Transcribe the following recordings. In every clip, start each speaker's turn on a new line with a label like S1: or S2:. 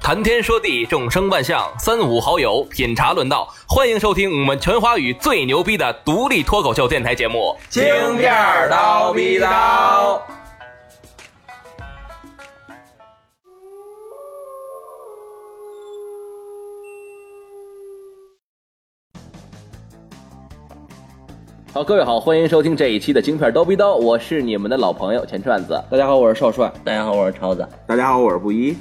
S1: 谈天说地，众生万象，三五好友品茶论道，欢迎收听我们全华语最牛逼的独立脱口秀电台节目。
S2: 京片儿叨逼叨。
S1: 好，各位好，欢迎收听这一期的京片刀逼刀，我是你们的老朋友钱串子。
S2: 大家好，我是少帅。
S3: 大家好，我是超子。
S4: 大家好，我是布衣。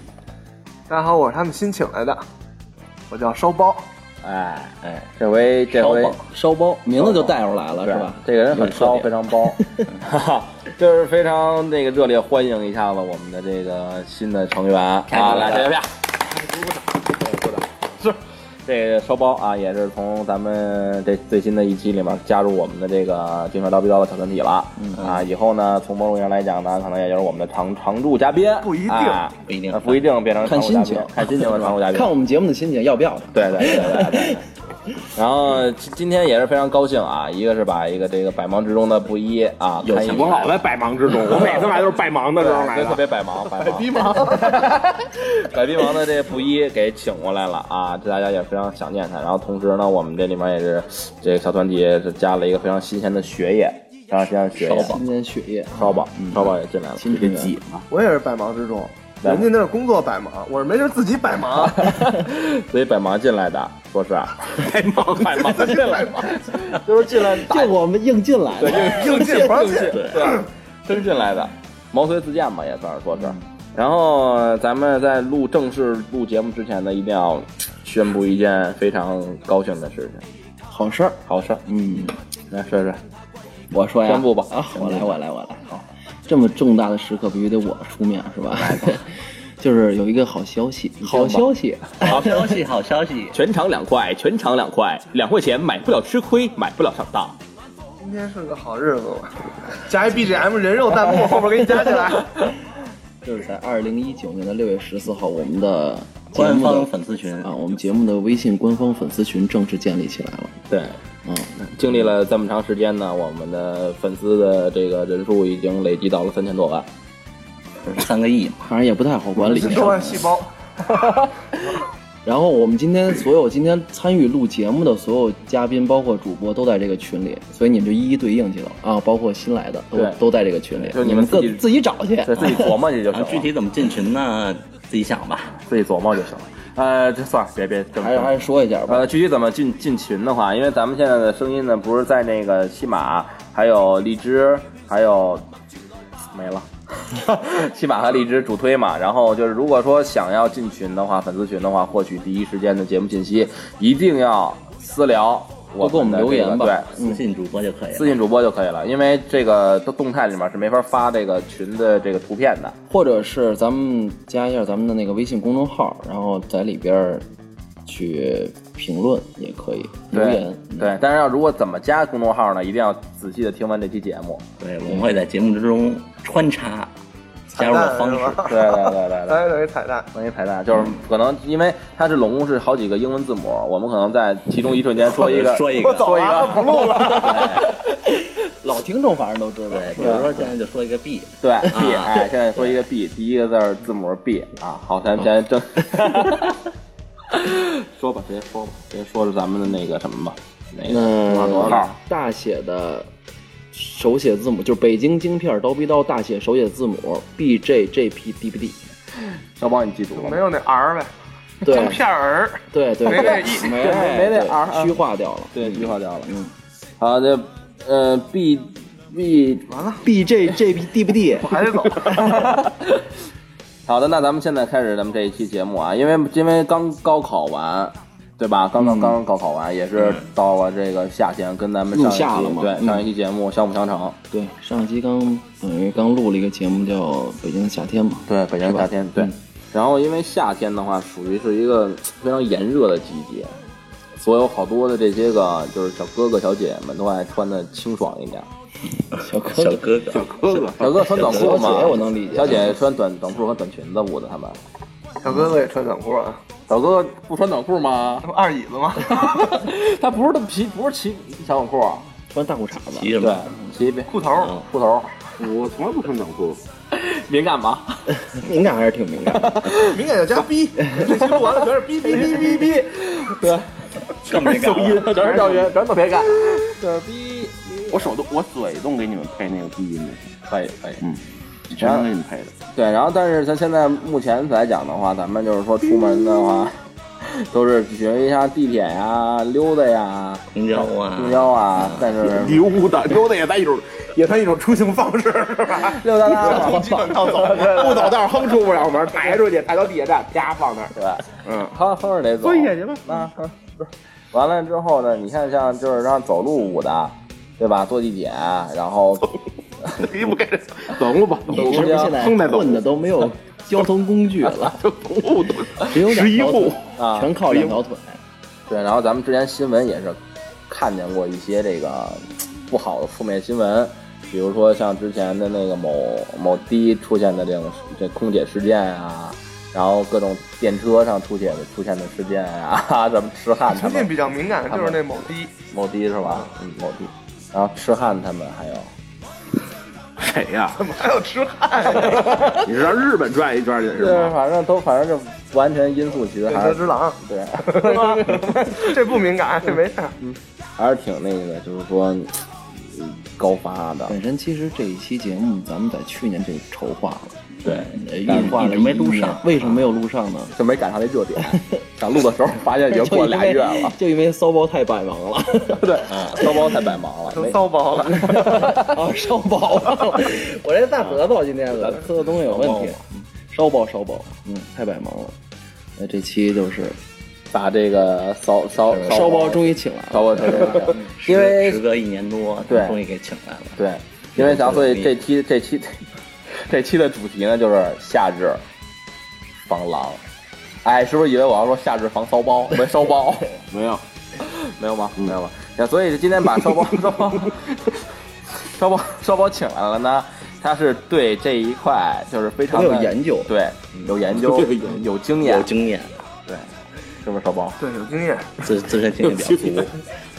S5: 大家好，我是他们新请来的，我叫烧包。
S1: 哎，
S3: 哎，
S1: 这回这
S3: 烧
S1: 回
S3: 包，烧包，名字就带出来了，
S1: 对
S3: 是吧？
S1: 这个人很骚，
S3: 有特
S1: 非
S3: 点
S1: 常包， 哈哈，就是非常那个热烈欢迎一下子我们的这个新的成员啊，
S3: 开始了
S1: 来，大家啪， 是这个烧包啊，也是从咱们这最新的一期里面加入我们的这个精神刀逼刀的小团体了、啊，以后呢，从某种意义上来讲呢，可能也就是我们的常常驻嘉宾，
S5: 不一定
S1: 啊
S3: 不一定
S1: 啊不一定变成常
S3: 看
S1: 驻嘉
S3: 心
S1: 宾
S3: 情，
S1: 看心情的常驻嘉宾，
S3: 看我们节目的心情要不要的。
S1: 对对对对对。 然后今今天也是非常高兴啊，一个是把一个这个百忙之中的布衣啊，
S3: 有
S1: 看一
S3: 请
S4: 哎我老在百忙之 中，我每次来都是百忙的时候来
S1: 对特
S4: 的。
S1: 别百 忙，百逼忙，百逼忙的这布衣给请过来了啊，这大家也非常想念他。然后同时呢，我们这里面也是这个小团体也是加了一个非常新鲜的血液，非常新鲜的血液，
S3: 新鲜血液，
S1: 烧宝，烧宝也进来了，
S3: 新春季，
S4: 嘛，
S5: 我也是百忙之中，
S1: 来
S5: 人家那是工作百忙，我是没事自己百忙。
S1: 所以百忙进来的，说是啊，百忙 百忙进来的，就是进来打
S3: 就我们硬进 来的。
S5: 硬进不让进，
S1: 对，真进来的，毛遂自荐吧，也算是说是。然后呃咱们在录正式录节目之前呢，一定要宣布一件非常高兴的事情，
S3: 好事儿，
S1: 好事儿。
S3: 嗯，
S1: 来说说，
S3: 我说呀，
S1: 宣布吧
S3: 啊，
S1: 宣布
S3: 我来，我来，我来。好，这么重大的时刻必须得我出面，是吧？ 就是有一个好消息， 好消息，
S1: 好
S6: 消息，好消息！
S1: 全场两块，全场两块，两块钱买不了吃亏，买不了上当。
S5: 今天是个好日子嘛，加一 BGM 人肉弹幕，后边给你加起来。
S3: 就是在二零一九年的六月十四号，我们的节
S6: 官
S3: 目的
S6: 方粉丝群
S3: 啊，我们节目的微信官方粉丝群正式建立起来了。
S1: 对，
S3: 嗯，
S1: 经历了这么长时间呢，我们的粉丝的这个人数已经累积到了三千多万。
S6: 三个亿嘛，
S3: 反正也不太好管理。
S5: 多万细胞，
S3: 然后我们今天所有今天参与录节目的所有嘉宾，包括主播都在这个群里，所以你们就一一对应去了啊，包括新来的都
S1: 对
S3: 都在这个群里
S1: 就，你
S3: 你
S1: 们
S3: 们
S1: 自
S3: 各
S1: 己
S3: 自己找去。
S1: 对自己琢磨去就行
S6: 然
S1: 了
S6: 后，具体怎么进群呢？自己想吧。
S1: 自己琢磨就行了。呃，这算了，别别正
S3: 还是还是说一下吧，
S1: 呃，具体怎么进进群的话，因为咱们现在的声音呢，不是在那个西马，还有荔枝，还有没了。 西马和荔枝主推嘛，然后就是如果说想要进群的话，粉丝群的话，获取第一时间的节目信息，一定要私聊呃我
S3: 多给我们
S1: 的这
S3: 留言
S1: 个
S3: 吧嗯
S1: 对，
S6: 私信主播就可以
S1: 私
S6: 了。
S1: 信主播就可以了，因为这个动态里面是没法发这个群的这个图片的。
S3: 或者是咱们加一下咱们的那个微信公众号，然后在里边儿去评论也可以留
S1: 对
S3: 言。嗯
S1: 对，但是要如果怎么加公众号呢，一定要仔细的听完这期节目。
S6: 对，我们会在节目之中穿插加入的方式。
S1: 对对对对对。
S5: 来来哎彩蛋，
S1: 关于彩蛋，就是可能因为它是拢共是好几个英文字母，我们可能在其中一瞬间说 一个，
S6: 说一
S5: 我
S6: 个，
S5: 走了，啊不录了。
S3: 老听众反正都知道，
S6: 对，比如说现在就说一个 B，
S1: 对
S5: 啊
S1: B，哎，现在说一个 B，第一个字儿字母 B 啊，好，咱们
S5: 嗯
S1: 先正， 说吧，直接说吧，直接说是咱们的那个什么吧，那个多
S5: 嗯
S1: 少多少
S3: 那
S1: 号，
S3: 大写的手写字母就是北京京片儿刀逼刀大写手写字母 B J J P D B D。
S1: 小宝你记住了
S5: 没
S1: 吗？
S5: 有那 R 呗，
S3: 对
S5: 京片儿。
S3: 对对，
S5: 没
S3: 对
S5: 那一
S3: 没
S1: 没那
S3: 对
S1: 二啊
S3: 虚化掉了。
S1: 对，句话掉了，嗯，好，那呃 B B
S3: B J J P D B D，
S5: 我还得走，
S1: 好的，那咱们现在开始咱们这一期节目啊，因为因为刚高考完，对吧？刚
S3: 嗯
S1: 刚刚高考完，也是到了这个夏天，跟咱们上一
S3: 入夏了
S1: 期
S3: 嘛
S1: 对
S3: 嗯
S1: 上一期节目相辅相成。
S3: 对，上期刚等于刚录了一个节目叫《北京的夏天》嘛。嗯
S1: 对，北京夏天对。然后因为夏天的话，属于是一个非常炎热的季节，所有好多的这些个就是小哥哥小姐姐们都爱穿的清爽一点。
S3: 小哥
S6: 小哥哥，
S1: 小哥穿短裤嘛，
S3: 小姐我能理解
S1: 小姐姐穿短短裤和短裙子，捂的他们。
S5: 小哥哥也穿短裤啊，
S1: 小哥哥不穿短裤吗
S5: 那？不二椅子吗？
S1: 他不是他皮，不是骑小短裤啊。
S3: 穿大裤衩子，
S6: 急什
S1: 对嗯
S6: 么？，
S1: 骑一遍
S5: 裤头，
S1: 裤头，
S4: 我从来不穿短裤，
S1: 敏感吗？
S3: 敏感还是挺敏感 的。
S5: 敏感要加 逼，这期录完了全是逼逼逼逼逼，
S6: 更没感了。
S1: 全是教学，全都别干。
S4: 我手动，我嘴动给你们配那个低音
S1: 可以可以。
S4: 的，全都给你们配的。
S1: 对，然后但是咱现在目前来讲的话，咱们就是说出门的话， 都是取决于像地铁呀、溜达呀、
S6: 公交啊，
S1: 公交啊，但是
S4: 溜达溜达也算一种，也算一种出行方式，是吧？
S1: 溜达达
S4: 想
S1: 嘛
S4: 从基本上走，不走道哼出不了门，抬出去，抬到地铁站，啪放那儿。
S1: 对吧？
S4: 嗯，
S1: 哼哼着得走。
S5: 蹲下去吧。
S1: 啊，哼完了之后呢，你看像就是让走路舞的，对吧？坐地铁，然后
S4: 离不开这，走路吧，走
S3: 你
S4: 路
S3: 是不是现在
S4: 哼再走
S3: 混，的都没有交通工具 了？
S4: 不走
S3: 只有两
S4: 十一
S3: 条
S4: 步
S3: 腿，
S1: 啊，
S3: 全靠两条腿。
S1: 对，然后咱们之前新闻也是看见过一些这个不好的负面新闻，比如说像之前的那个某某的出现的这种这空姐事件啊，然后各种电车上出现的出现的事件啊， 咱们痴汉他
S5: 最近
S1: 们
S5: 比较敏感的就是那某低，
S1: 某的是吧？嗯，某的，然后痴汉他们还有
S4: 谁哎呀？
S5: 怎么还有痴汉呀？
S4: 你是让日本转一圈去是
S1: 对，
S4: 吗？
S1: 反正都反正这完全因素其实还
S5: 两
S1: 是
S5: 只之 狼，
S1: 对，
S5: 这不敏感，这没事儿。
S1: 还是挺那个，就是说嗯高发的。
S3: 本身其实这一期节目咱们在去年就筹划了，
S6: 对，
S3: 呃
S6: 一
S3: 预化
S6: 一
S3: 了
S6: 直没
S3: 一
S6: 录
S3: 年
S6: 上。
S3: 为什么没有录上呢？。
S1: 就没赶上那热点，想录的时候发现已经过俩月了
S3: 就因为骚包太百忙了，
S1: 对，骚包太百忙了，
S5: 都
S1: 没
S5: 骚包了，
S3: 啊，烧包了，我这大舌头今天的喝的东西有问题，烧包烧包，嗯，太百忙了。那这期就是
S1: 把这个骚骚
S3: 烧包
S1: 中
S3: 终于请来了，
S1: 骚包成这样，因
S6: 时
S1: 为
S6: 隔一年多，
S1: 对
S6: 终于给请来了。
S1: 对，因为咱所以这期这期 这期的主题呢就是夏至防狼。哎，是不是以为我要说夏至防骚包？没骚包，
S4: 没有，
S1: 没有吗？没有吗？那所以今天把骚包骚包骚包骚包请来了呢，他是对这一块就是非
S3: 特
S1: 常
S3: 别
S1: 的
S3: 有研究，嗯
S1: 对，有研究
S4: 有研究，
S1: 有经验
S6: 有，经验，
S1: 对，是不是少包？
S5: 对，有经验。
S6: 自自身经验比较足。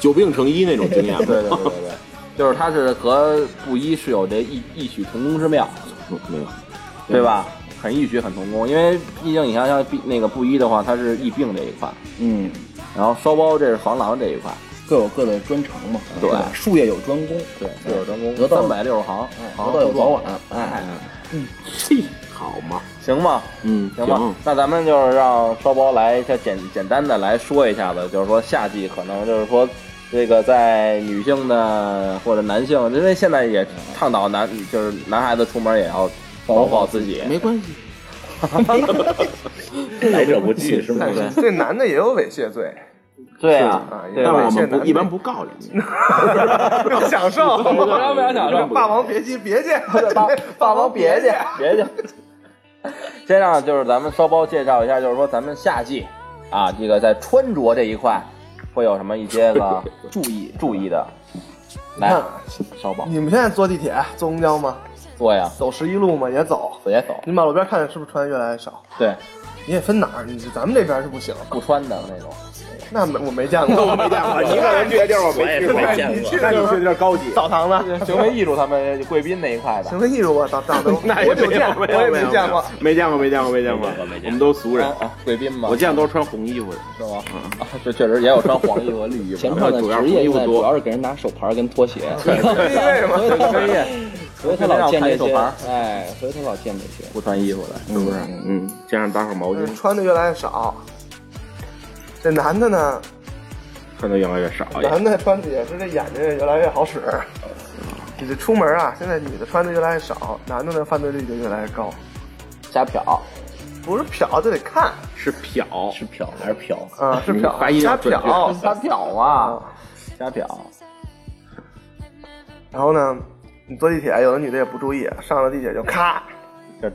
S4: 久病成医那 种经验。
S1: 对对对对对，就是他是和布衣是有这异异曲同工之妙，
S4: 没有。
S1: 对吧？很异曲很同工，因为毕竟你像像毕那个布衣的话，它是疫病这一块，
S3: 嗯，
S1: 然后烧包这是防狼这一块，
S3: 各有各的专长嘛，
S1: 对
S3: 吧术业有专攻，啊
S1: 对，各有专攻，
S3: 得道
S1: 三百六十行，
S3: 哎，
S1: 行
S3: 得道有早晚，
S1: 哎
S3: 哎，，
S4: 嘿，好嘛，
S1: 行吗？
S4: 嗯，
S1: 行吧，那咱们就是让烧包来再简简单的来说一下子，就是说夏季可能就是说这个在女性的或者男性，因为现在也倡导男就是男孩子出门也要保护好自己，
S4: 没关系，
S6: 来者不拒是吗？
S5: 但是这男的也有猥亵罪，
S1: 对
S5: 啊
S1: 啊，对
S5: 也
S4: 但
S1: 吧
S4: 我
S5: 现
S4: 们
S5: 在
S4: 不一般不告人家。
S5: 要享受，
S1: 要 不要享受
S5: 霸王别姬，别介，
S1: 霸
S5: 霸王别介。
S1: 别介。先让就是咱们烧包介绍一下，就是说咱们夏季啊，这个在穿着这一块会有什么一些个
S3: 注意，
S1: 注意的，
S5: 你
S1: 来
S5: 看，
S1: 烧包
S5: 你们现在坐地铁、坐公交吗？
S1: 坐呀，
S5: 走十一路吗？也走。
S1: 别走，
S5: 你马路边看是不是穿越来越少？
S1: 对，
S5: 你也分哪儿，你咱们这边是不行。
S1: 不穿的那种。
S5: 那没我没见过，我没见过。
S4: 你个人去的地儿我没去过，
S6: 没见
S5: 你
S6: 过
S5: 去。
S4: 那你去的地儿高级。
S5: 澡堂子、
S1: 行为艺术他们贵宾那一块的
S5: 行。为艺术，我操，长 得
S4: 那
S5: 我就见，我也没见过。，
S4: 没见过，没见过，没见过，我们都俗人。
S1: 啊，贵宾吗？
S4: 我见的都是穿红衣服的，
S1: 是吗？啊，这确实也有穿黄衣服和绿衣服
S3: 前
S1: 的。
S3: 面的
S4: 主要
S3: 职业
S4: 衣服
S3: 在
S4: 多
S3: 主要是给人拿手牌跟拖鞋，所以
S5: 对位嘛，
S1: 业，所以
S3: 他老见这些
S1: 牌，
S3: 哎，所以他老见这些。
S1: 不穿衣服的，是不是？
S4: 嗯，加上搭上毛巾，
S5: 穿的越来越少。这男的呢，
S4: 穿的越来越少一点。
S5: 男的穿的也是这眼睛也越来越好使。
S4: 嗯
S5: 你这出门啊，现在女的穿的越来越少，男的呢犯罪率就越来越高。
S1: 瞎瞟，
S5: 不是瞟就得看
S4: 是嗯瞟，
S6: 是瞟还是瞟？
S5: 啊，是瞟，
S4: 发音
S5: 瞎
S4: 要准确
S5: 瞟，
S1: 瞎瞟啊，瞎瞟。
S5: 然后呢，你坐地铁，有的女的也不注意，上了地铁就咔，
S1: 这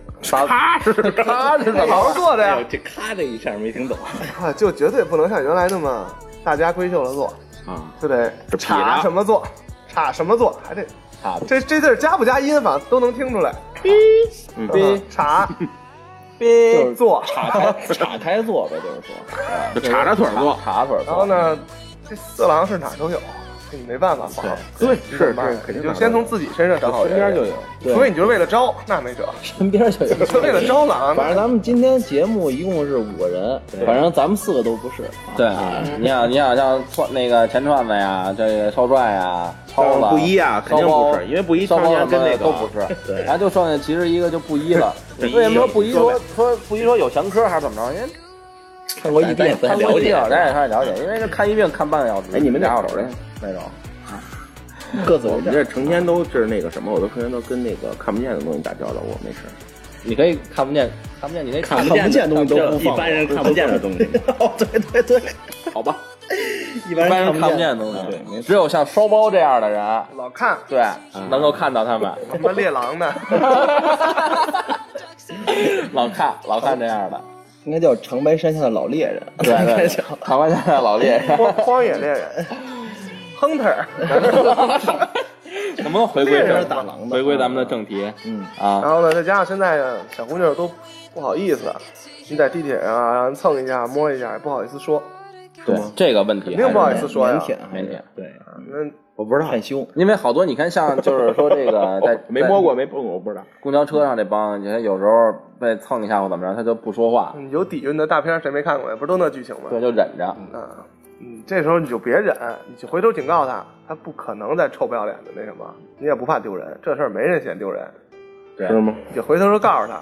S1: 他是他是
S5: 好好坐着
S6: 哎
S5: 呀
S6: 呦，，这咔这一下没听懂。
S5: 啊，就绝对不能像原来那么大家闺秀了坐，
S4: 啊，
S5: 就得
S4: 这撇着
S5: 叉什么坐，叉什么坐，还得
S1: 叉
S5: 这这字儿加不加音，反正都能听出来。
S4: 嗯
S5: 逼叉
S3: 就是
S5: 坐，
S3: 岔开岔开坐吧，就是说，
S4: 就叉着腿儿坐，
S1: 卡腿儿
S5: 然后？呢，这色狼是哪儿都有，你没办法防。
S4: 对，是
S5: 你怎
S4: 是
S5: 么办，
S4: 肯定
S5: 你就先从自己身上找好
S4: 身
S5: 人，
S4: 边就有。
S3: 对
S5: 除非你就是为了招，那没辙。
S3: 身边就有。
S5: 你是为了招狼，
S3: 反正 咱们今天节目一共是五个人，反正咱们四个都不是。啊
S1: 对，你想你想像串那个钱串子呀，这个少帅呀，超子
S4: 不一啊，肯定不是，因为不一
S1: 双
S4: 常
S1: 方
S4: 年跟那个
S1: 都不是，然后就剩下其实一个就不一了。为什么说不一说说不一说有前科还是怎么着？因为
S3: 看过异
S6: 咱也
S3: 变，
S6: 不太
S1: 看过
S6: 了
S1: 一
S6: 解
S1: 定，咱也太了解，因为这看一病看半个小时。
S4: 哎，你们俩好
S1: 时
S4: 嘞。
S1: 那种，
S3: 各自
S4: 我
S3: 为
S4: 们
S3: 战。
S4: 这成天都是那个什么，我都成天都跟那个看不见的东西打交道，我没事。
S1: 你可以看不见，看不见，你可以
S3: 看不见的东西都不
S6: 一
S3: 放
S6: 般人 看不见的东西。
S3: 哦，对对对，
S1: 好吧？
S3: 一
S1: 一般
S3: 人
S1: 人看不见的东西，对，只有像烧包这样的人，
S5: 老看
S1: 对，能够看到他们。
S5: 他妈猎狼呢。
S1: 老看老看这样的，
S3: 应该叫长白山下的老猎人。
S1: 对 对，台湾现在老猎人，
S5: 荒荒野猎人，Hunter，
S1: 能不能回归
S5: 猎人
S1: 正
S5: 打
S3: 狼的
S1: 回归咱们的正题？
S3: 嗯
S5: 然
S1: 啊，
S5: 后呢，再加上现在呢小姑娘都不好意思，你在地铁上啊让人蹭一下、摸一下，也不好意思说，
S1: 对
S3: 嗯
S1: 这个问题
S5: 肯定不好
S1: 还
S5: 意
S1: 是
S5: 思说呀嗯
S3: 腼。腆，
S1: 腼腆，
S6: 对，
S5: 那
S4: 我不知道，
S3: 害羞。
S1: 因为好多你看像就是说这个在
S4: 没摸过，没碰过，我不知道。
S1: 在公交车上这帮，你看有时候被蹭一下或怎么着，他就不说话，
S5: 嗯有底蕴的大片儿谁没看过呀？不是都那剧情吗？
S1: 对，就忍着。
S5: 啊，嗯，这时候你就别忍，你就回头警告他，他不可能再臭不要脸的那什么，你也不怕丢人，这事儿没人嫌丢人，
S1: 对
S4: 是吗？
S5: 你就回头就告诉他，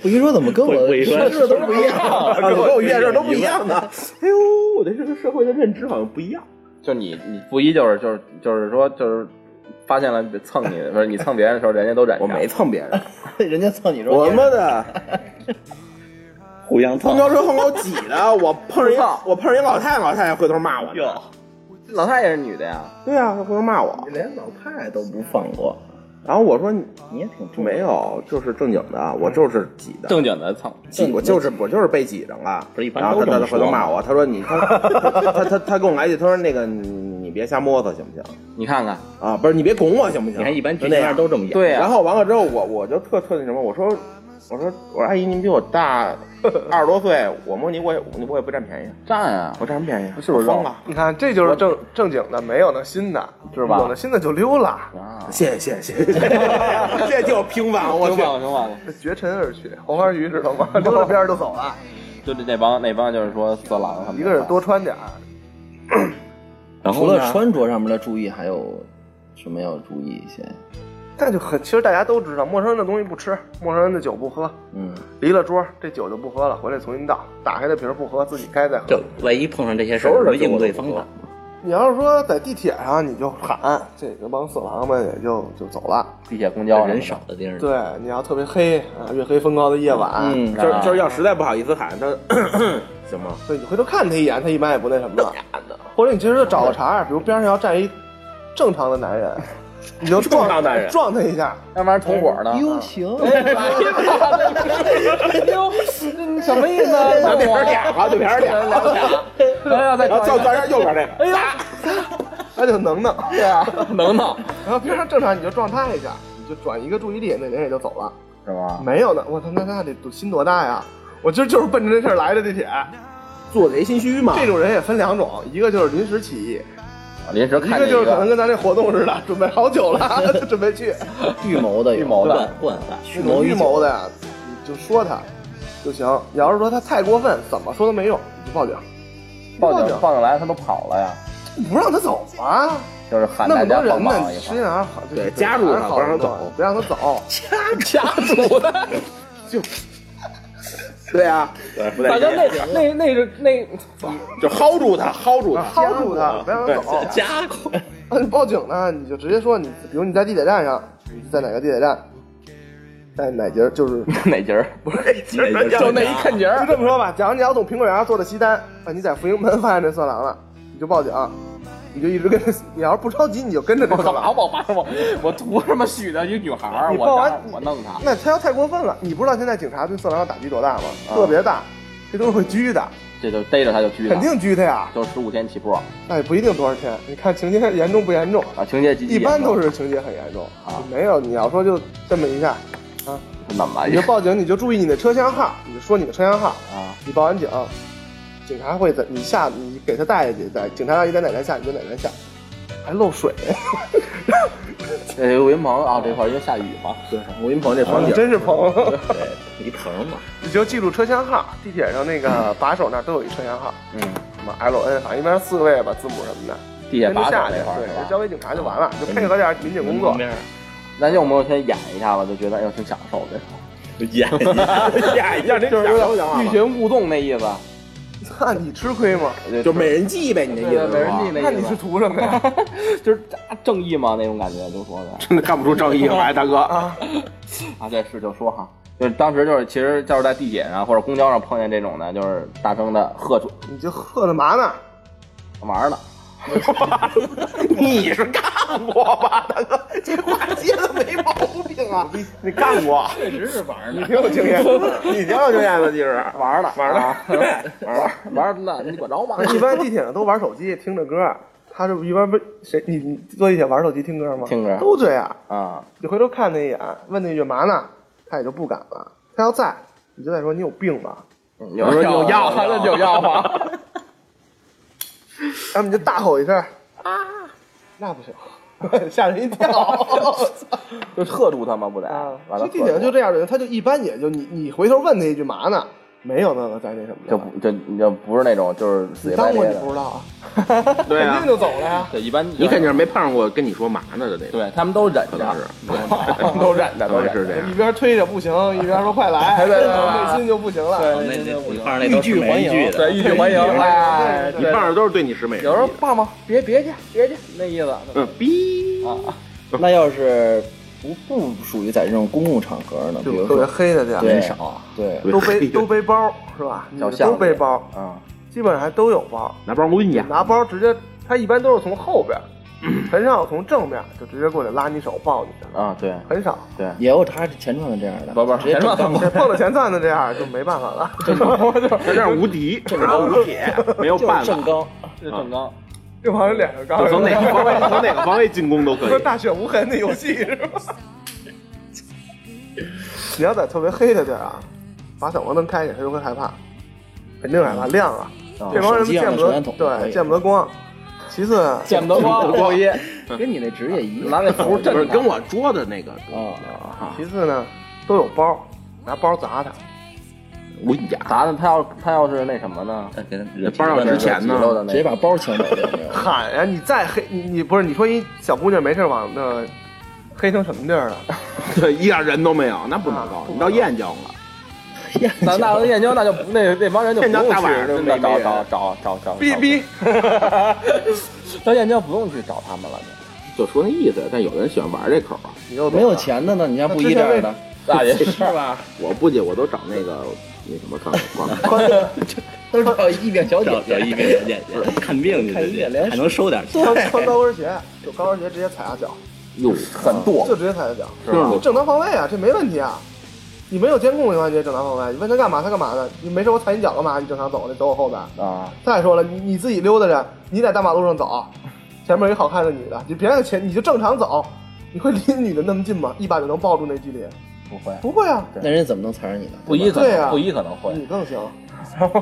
S3: 不一说怎么跟我
S6: 不一说
S3: 说的都不一样？
S4: 啊，跟我遇见事儿都不一样的。 哎呦，我对这个社会的认知好像不一样。
S1: 就你你不一就是就是就是说就是发现了蹭你，不是你蹭别人的时候，人家都忍着。
S4: 我没蹭别人，
S3: 人家蹭你说
S4: 我妈的，
S6: 互
S4: 公
S6: 相蹭。
S4: 交车后给我挤的，我碰上一老，我碰上一老太太，老太太回头骂我呢。
S6: 哟，
S1: 老太也是女的呀，
S4: 对啊，她回头骂我
S3: 你，连老太都不放过，
S4: 然后我说你
S3: 你也挺重
S4: 没有，就是正经的，我就是挤的。
S1: 正经的蹭。
S4: 挤我就是我就是被挤着了，
S6: 不是一般
S4: 然后
S6: 都
S4: 他他他
S6: 这么说
S4: 回头骂我，他说你他他他他他跟我来一句，他说那个你你别瞎摸索行不行
S1: 你看看，
S4: 啊？不是你别拱我行不行？
S6: 你看一般
S4: 就
S6: 剧
S4: 那
S6: 情
S4: 样啊
S6: 上都这么演。
S1: 对
S4: 然
S1: 呀，
S4: 后完了之后，我我就特特那什么，我说我说我说阿姨您比我大二十多岁，我摸你我也我我也不占便宜，
S1: 站啊，
S4: 我占什么便宜？
S1: 是不是
S4: 我疯了？
S5: 你看这就是正正经的，没有那新的，
S1: 哦是吧
S5: 有那新的就溜了，
S1: 啊
S4: 谢谢谢谢 谢谢，谢谢替我平反，我
S1: 挺
S4: 去。
S1: 晚了，挺晚了。
S5: 这绝尘而去，黄花鱼知道吗？溜到边儿就走了，
S1: 就这那帮那帮就是说色狼他们，
S5: 一个是多穿点儿，
S6: 然
S3: 除
S6: 后
S3: 了
S6: 呢？
S3: 穿着上面的注意，还有什么要注意一些？
S5: 但就很，其实大家都知道，陌生人的东西不吃，陌生人的酒不喝，
S3: 嗯，
S5: 离了桌这酒就不喝了，回来重新倒，打开的瓶儿不喝，自己该再喝
S6: 就。万一碰上这些事儿，有什么应对方法？
S5: 你要是说在地铁上，你就喊，这这帮色狼们也就就走了。
S1: 地铁公交
S6: 人少的地儿，
S5: 对，你要特别黑啊，月黑风高的夜晚，
S3: 嗯
S4: 就是
S1: 啊
S4: 就是要实在不好意思喊他， 行吗？
S5: 对你回头看他一眼，他一般也不那什么了。或者你其实就找个茬儿，比如边上要站一正常的男人，你就撞
S4: 正常男人
S5: 撞他一下，
S1: 要不然同伙呢？
S3: 哟行，
S1: 什么意思？ 咱
S4: 这边俩啊，这边俩，
S1: 俩，
S4: 然后就咱这右边这个，
S5: 他就能弄。对啊，
S1: 能弄
S5: 然后边上正常你就撞他一下，你就转移个注意力，那人也就走了。
S1: 是吗？
S5: 没有呢，我操，那那得多心多大呀！我今儿就是奔着这事儿来的地铁。
S4: 做贼心虚嘛。
S5: 这种人也分两种，一个就是临时起意，
S1: 临时
S5: 一
S1: 看
S5: 个
S1: 见
S5: 就是可能跟咱这活动似的，准备好久了就准备去。
S3: 预谋的有，
S1: 预谋的
S6: 惯惯法，
S3: 蓄
S5: 那种
S3: 谋已
S5: 预
S3: 久
S5: 谋的呀，你就说他就行。你要是说他太过分，怎么说都没用，你就报警。
S1: 报
S5: 报
S1: 警报警来，他都跑了呀，
S5: 警，不让他走啊！
S1: 就是喊
S5: 那
S1: 大
S5: 么
S1: 家
S5: 多
S1: 帮
S5: 人呢，
S1: 忙
S5: 你
S1: 一
S5: 实
S1: 块
S5: 际
S1: 儿。
S5: 上好
S4: 对加入
S5: 还
S4: 他
S5: 是好人
S4: 不让他
S5: 多
S4: 走
S5: 别让 他走。啊
S4: 对啊，对，不在
S1: 那那那是那
S4: 就薅住他，薅住他，啊
S5: 薅住他，别让他走。 啊
S6: 家伙，
S5: 那你报警呢，你就直接说你，比如你在地铁站上，你在哪个地铁站，在哪节儿就是
S1: 哪节儿？
S4: 就那一看节
S5: 就这么说吧，假如你要从苹果园坐到西单，啊，你在福营门发现这色狼了，你就报警，你就一直跟着。你要是不着急，你就跟着这
S1: 我
S5: 色
S1: 干嘛？
S5: 狼。
S1: 我发我我图什么许的一女孩儿？
S5: 你
S1: 我
S5: 报完
S1: 让我弄她。
S5: 那他要太过分了，你不知道现在警察对色狼的打击多大吗？
S4: 啊
S5: 特别大，这都是会拘的，
S1: 这就逮着他就拘他
S5: 肯，定拘他呀。
S1: 就十五天起步啊，
S5: 那也不一定多少天，你看情节严重不严重？
S1: 情节极其
S5: 一般
S1: 严重
S5: 都是情节很严重
S1: 啊，
S5: 没有你要说就这么一下，啊，
S1: 怎么
S5: 你就报警，你就注意你的车厢号，你就说你的车厢号，
S1: 啊？
S5: 你报完警，警察会怎你下你给他带下去，在警察让你在哪站下你就哪站下，还 漏水，
S1: 呃，岳云鹏啊这块儿因为下雨嘛，对，岳云鹏这风景
S5: 啊真是朋友。
S6: 一棚嘛，
S5: 你就记住车厢号，地铁上那个把手那儿都有一车厢号，
S1: 嗯，
S5: 什么 L N 啊好像一般四位吧，字母什么的，
S1: 地铁
S5: 跟着
S1: 把手
S5: 下去，
S1: 这块儿
S5: 对，
S1: 是
S5: 交
S1: 吧？嗯
S5: 给警察就完了，就配合点民警工作
S6: 旁。边
S1: 咱就我们先演一下吧，就觉得哎呦挺享受的，
S6: 演
S1: 演一下这
S5: 就是有点
S1: 欲擒故纵那意思，
S5: 那
S6: 嗯
S5: 你吃亏吗？
S1: 就
S3: 美人计呗，你
S1: 那意思 没呃人那
S5: 那
S1: 意
S5: 你是
S1: 思，
S5: 图什么呀？
S1: 就是啊正义嘛那种感觉，就说的。
S4: 真的看不出正义来，大哥。
S5: 啊，
S1: 啊，对，是就说哈，就是当时就是其实就是在地铁上或者公交上碰见这种的，就是大声的喝出
S5: 你就喝的嘛呢？
S1: 玩儿呢，
S4: 你是干过吧，大哥？
S5: 这话接的没毛病啊！
S4: 你干 过？
S6: 确实是玩
S5: 你
S6: 呢。
S5: 挺有经验，
S4: 你挺有经验的，你是
S1: 玩儿呢，
S4: 玩儿呢
S1: 啊 玩儿玩儿呢，你管着 吗？
S5: 一般地铁上都玩手机，听着歌。他是不是一般不谁你你坐地铁玩手机听歌吗？
S1: 听歌
S5: 都这样。
S1: 啊，
S5: 你回头看他一眼，问那句嘛呢，他也就不敢了。他要在，你就再说你有病吧，
S1: 有时候有药，那就有啊药
S4: 啊
S1: 吧。
S5: 要么你就大吼一声啊，那不行， 吓人一 跳。
S1: 就喝住他吗？不得
S5: 啊，，
S1: 完
S5: 这
S1: 了
S5: 地铁上就这样的人，他就一般也就你你回头问他一句嘛呢，没有那个在那什么的
S1: 就不就就不是那种就是死
S5: 你
S1: 乞
S5: 当
S1: 白
S5: 过
S1: 咧
S5: 你不
S1: 的，
S5: 知 道啊？
S4: 对啊
S5: 肯定就走了呀。
S1: 对，一般
S4: 你肯定是没碰上过跟你说嘛呢的那种，
S1: 对他们都忍
S4: 可
S1: 着
S4: 能， 是，
S1: 都忍着，都
S4: 可能
S1: 忍着。
S4: 是这样
S5: 一。边推着不行，一边说快来，
S1: 对对对
S5: 内心就不行了。
S6: 哦那那五块那都是没一句的，
S1: 欲拒还迎，哎，
S4: 你碰上都是对你是美人计
S1: 有时候爸妈别别去，别去，那意思
S4: 嗯，逼，
S3: 那要是不不属于在这种公共场合呢，比如
S5: 就特别
S3: 说
S5: 黑的地儿，
S3: 对
S6: 少，
S3: 对，
S5: 都 背都背包是吧？你
S1: 小
S5: 们
S1: 巷
S5: 都
S1: 子
S5: 背包，
S1: 啊，
S5: 基本上还都有包。
S4: 拿包抡去，
S5: 拿包直接，他一般都是从后边，很少从正面就直接过来拉你手抱你去了，
S1: 啊，对
S5: 很少。
S1: 对，
S3: 也有他前串的这样的，
S1: 不不，
S3: 直接
S1: 前面放过
S3: 哦
S5: 这碰到前段子这样就没办法了，
S4: 他这样无敌，这个无敌， 没有
S3: 就
S4: 办
S3: 是
S4: 法
S3: 正，刚，
S1: 是正刚，
S5: 就往人脸上
S4: 就
S5: 刚。
S4: 从哪个方位从哪个方位进攻都可
S5: 说
S4: 以。
S5: 大雪无痕的游戏是吧？你要在特别黑的地儿啊，把小黄灯开起来，他就会害怕，肯定害怕，亮啊！这帮人
S3: 哦手机上
S5: 见
S3: 的
S5: 不
S3: 手
S5: 得
S3: 电筒可
S5: 对，
S3: 以
S5: 见不得光。其次，
S1: 见不得光，高一
S3: 跟你那职业一样，
S1: 拿那符
S4: 不是
S1: 震他
S4: 跟我说的那个
S1: 嗯
S3: 啊，
S5: 其次呢，都有包，拿包砸他。
S4: 无眼，
S1: 咋的？他要他要是那什么呢？
S6: 再给他
S4: 那包要值钱呢
S1: 挤，漏的那
S3: 直接把包抢走了没有
S5: 喊呀、你再黑，你你不是你说一小姑娘没事往那黑成什么地儿了？
S4: 对，一点人都没有，那不
S1: 啊
S4: 能高，你到燕郊了，
S1: 那那燕郊那就不那那帮人就不用
S4: 燕郊大晚
S1: 去
S4: 上
S1: 真的
S4: 没
S1: 找
S4: 没
S1: 找
S4: 人
S1: 找找找，
S5: 逼逼，
S1: 到燕郊不用去找他们了。
S4: 就说那意思。但有人喜欢玩这口啊，
S5: 你又
S3: 没有钱的呢，你像布衣这样的，
S1: 那 也是吧，
S4: 我估计我都找那个那什么刚 刚。
S3: 都是找一表小
S6: 找
S3: 姐
S6: 找医
S3: 姐，
S6: 院去看病去，
S3: 看医院连
S6: 还能收点钱。
S5: 穿穿高跟鞋，就高跟鞋直接踩下脚，
S4: 哟，
S1: 很
S5: 就
S1: 多
S5: 直接踩下脚，
S3: 嗯
S4: 就是
S5: 正当防卫啊，这没问题啊。你没有监控的情况下，你正当防卫。你问他干嘛，他干嘛呢？你没事，我踩你脚干嘛？你正常走，你走我后边。
S1: 啊，
S5: 再说了，你你自己溜达着，你在大马路上走，前面有一好看的女的，你别让前，你就正常走。你会离女的那么近吗？一把就能抱住那距离？
S1: 不会，
S5: 不会啊，
S3: 那人怎么能踩着你呢？
S1: 不一可
S5: 对啊
S1: 能不一可能会，
S5: 你更行。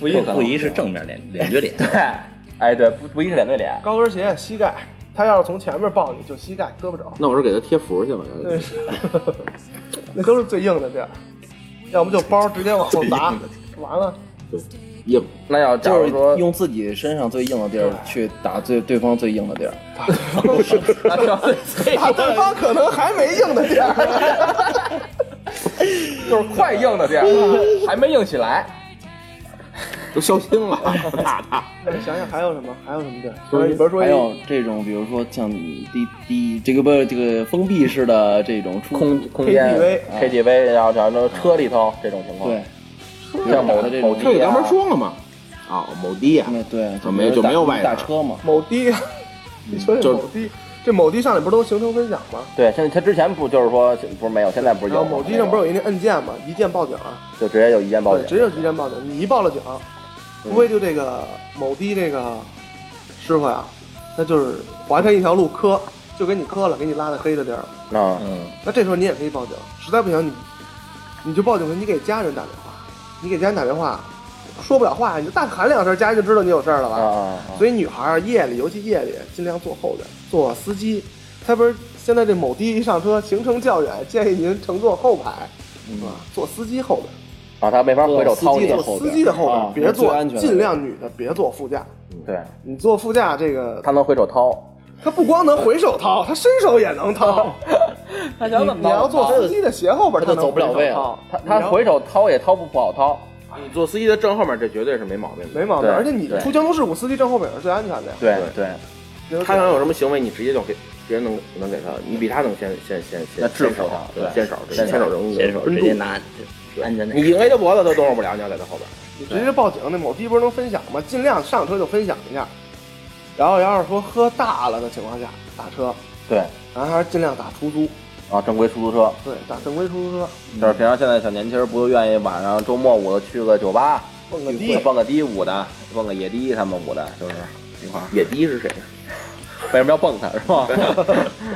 S1: 不一可能
S6: 不一是正面脸脸对脸，
S1: 对，哎对，不不一是脸对脸，
S5: 高跟鞋、膝盖，他要是从前面抱你就膝盖、胳膊肘，
S4: 那我是给他贴符去了。
S5: 对， 那都是最硬的地儿，要不就包直接往后砸，完了
S4: 硬，
S1: 那要假
S3: 就
S1: 如
S3: 是
S1: 说
S3: 用自己身上最硬的地儿去打最对方最硬的地儿，
S1: 那要
S5: 打啊对方可能还没硬 的地儿，
S1: 就是快硬的 地儿，还没硬起来，
S4: 都消心了，打他。
S5: 那你想想还有什么？还有什么地儿？比如说
S3: 还
S5: 一
S3: 有这种，比如说像滴滴这个不这个封闭式的这种出
S1: 空空间
S5: KTV
S1: KTV，然后假如说车里头这种情况，
S3: 对，，
S1: 像某
S3: 这
S1: 某
S3: 种
S4: 这
S1: 地
S4: 你
S1: 啊
S4: 刚，才说了吗？啊，某地呀，
S3: 那对
S4: 就啊没就没有外人
S3: 打车嘛，
S5: 某滴，你说这
S4: 啊就
S5: 某滴，这某滴上里不是都形成分享吗？
S1: 对，现在他之前不就是说不是没有，现在不是
S5: 然
S1: 有
S5: 后
S1: 吗
S5: 啊某滴上不是有一那按键吗？一键报警啊，
S1: 就直接就一键报
S5: 对，
S1: 警，
S5: 直接就一键报警，你一报了警，无非就这个某滴这个师傅呀，那就是划开一条路磕，就给你磕了，给你拉到黑的地儿了。
S1: 啊，
S6: 嗯，
S5: 那这时候你也可以报警，实在不行你你就报警，你给家人打电话，你给家人打电话，说不了话，你就大喊两声，家人就知道你有事儿了吧？
S1: 啊啊啊！
S5: 所以女孩儿夜里，尤其夜里，尽量坐后边，坐司机。他不是现在这某的一上车，行程较远，建议您乘坐后排，啊，坐司机后边。
S1: 啊，他没法回头掏你
S3: 坐。
S5: 坐司机的后边，
S3: 啊
S5: 别
S3: 最
S5: 坐
S3: 安全，的
S5: 尽量女的别坐副驾。
S1: 对，
S5: 你坐副驾这个，
S1: 他能回手掏。
S5: 他不光能回手掏，他伸手也能
S3: 哦
S5: 掏。
S1: 他
S5: 你你要坐司机的斜后边，
S3: 他就
S5: 能
S3: 走不了
S5: 回手
S3: 位了
S5: 掏
S1: 他
S5: 你
S1: 他
S5: 要
S1: 回手掏也掏不不好掏。
S4: 你坐司机的正后面，这绝对是没毛病的。
S5: 没毛病，
S1: 对
S5: 而且你
S1: 对
S5: 出交通事故，司机正后边是最安全的呀。
S1: 对
S4: 对
S1: 对，
S5: 就是
S4: 他想有什么行为，你直接就给，直接能能给他，你比他能先先先先
S1: 那制服
S4: 先手
S1: 他对
S4: 对，先手
S1: 先
S4: 先手
S1: 手
S4: 容易
S6: 先手直接拿安全
S4: 你
S6: 带。
S4: 迎 A 他脖子，他动弹不了，你要在他后边。
S5: 你直接报警，那某地不是能分享吗？尽量上车就分享一下。然后要是说喝大了的情况下打车，
S1: 对
S5: 咱还是尽量打出租，
S1: 啊，正规出租车，
S5: 对，打正规出租车，
S1: 就是平常现在小年轻儿不就愿意晚上周末我去个酒吧，
S5: 蹦个
S1: 去
S5: 的。
S1: 蹦个迪舞的，蹦个野迪他们舞的，就是一块儿。
S4: 野迪是谁？
S1: 为什么要蹦他是吧？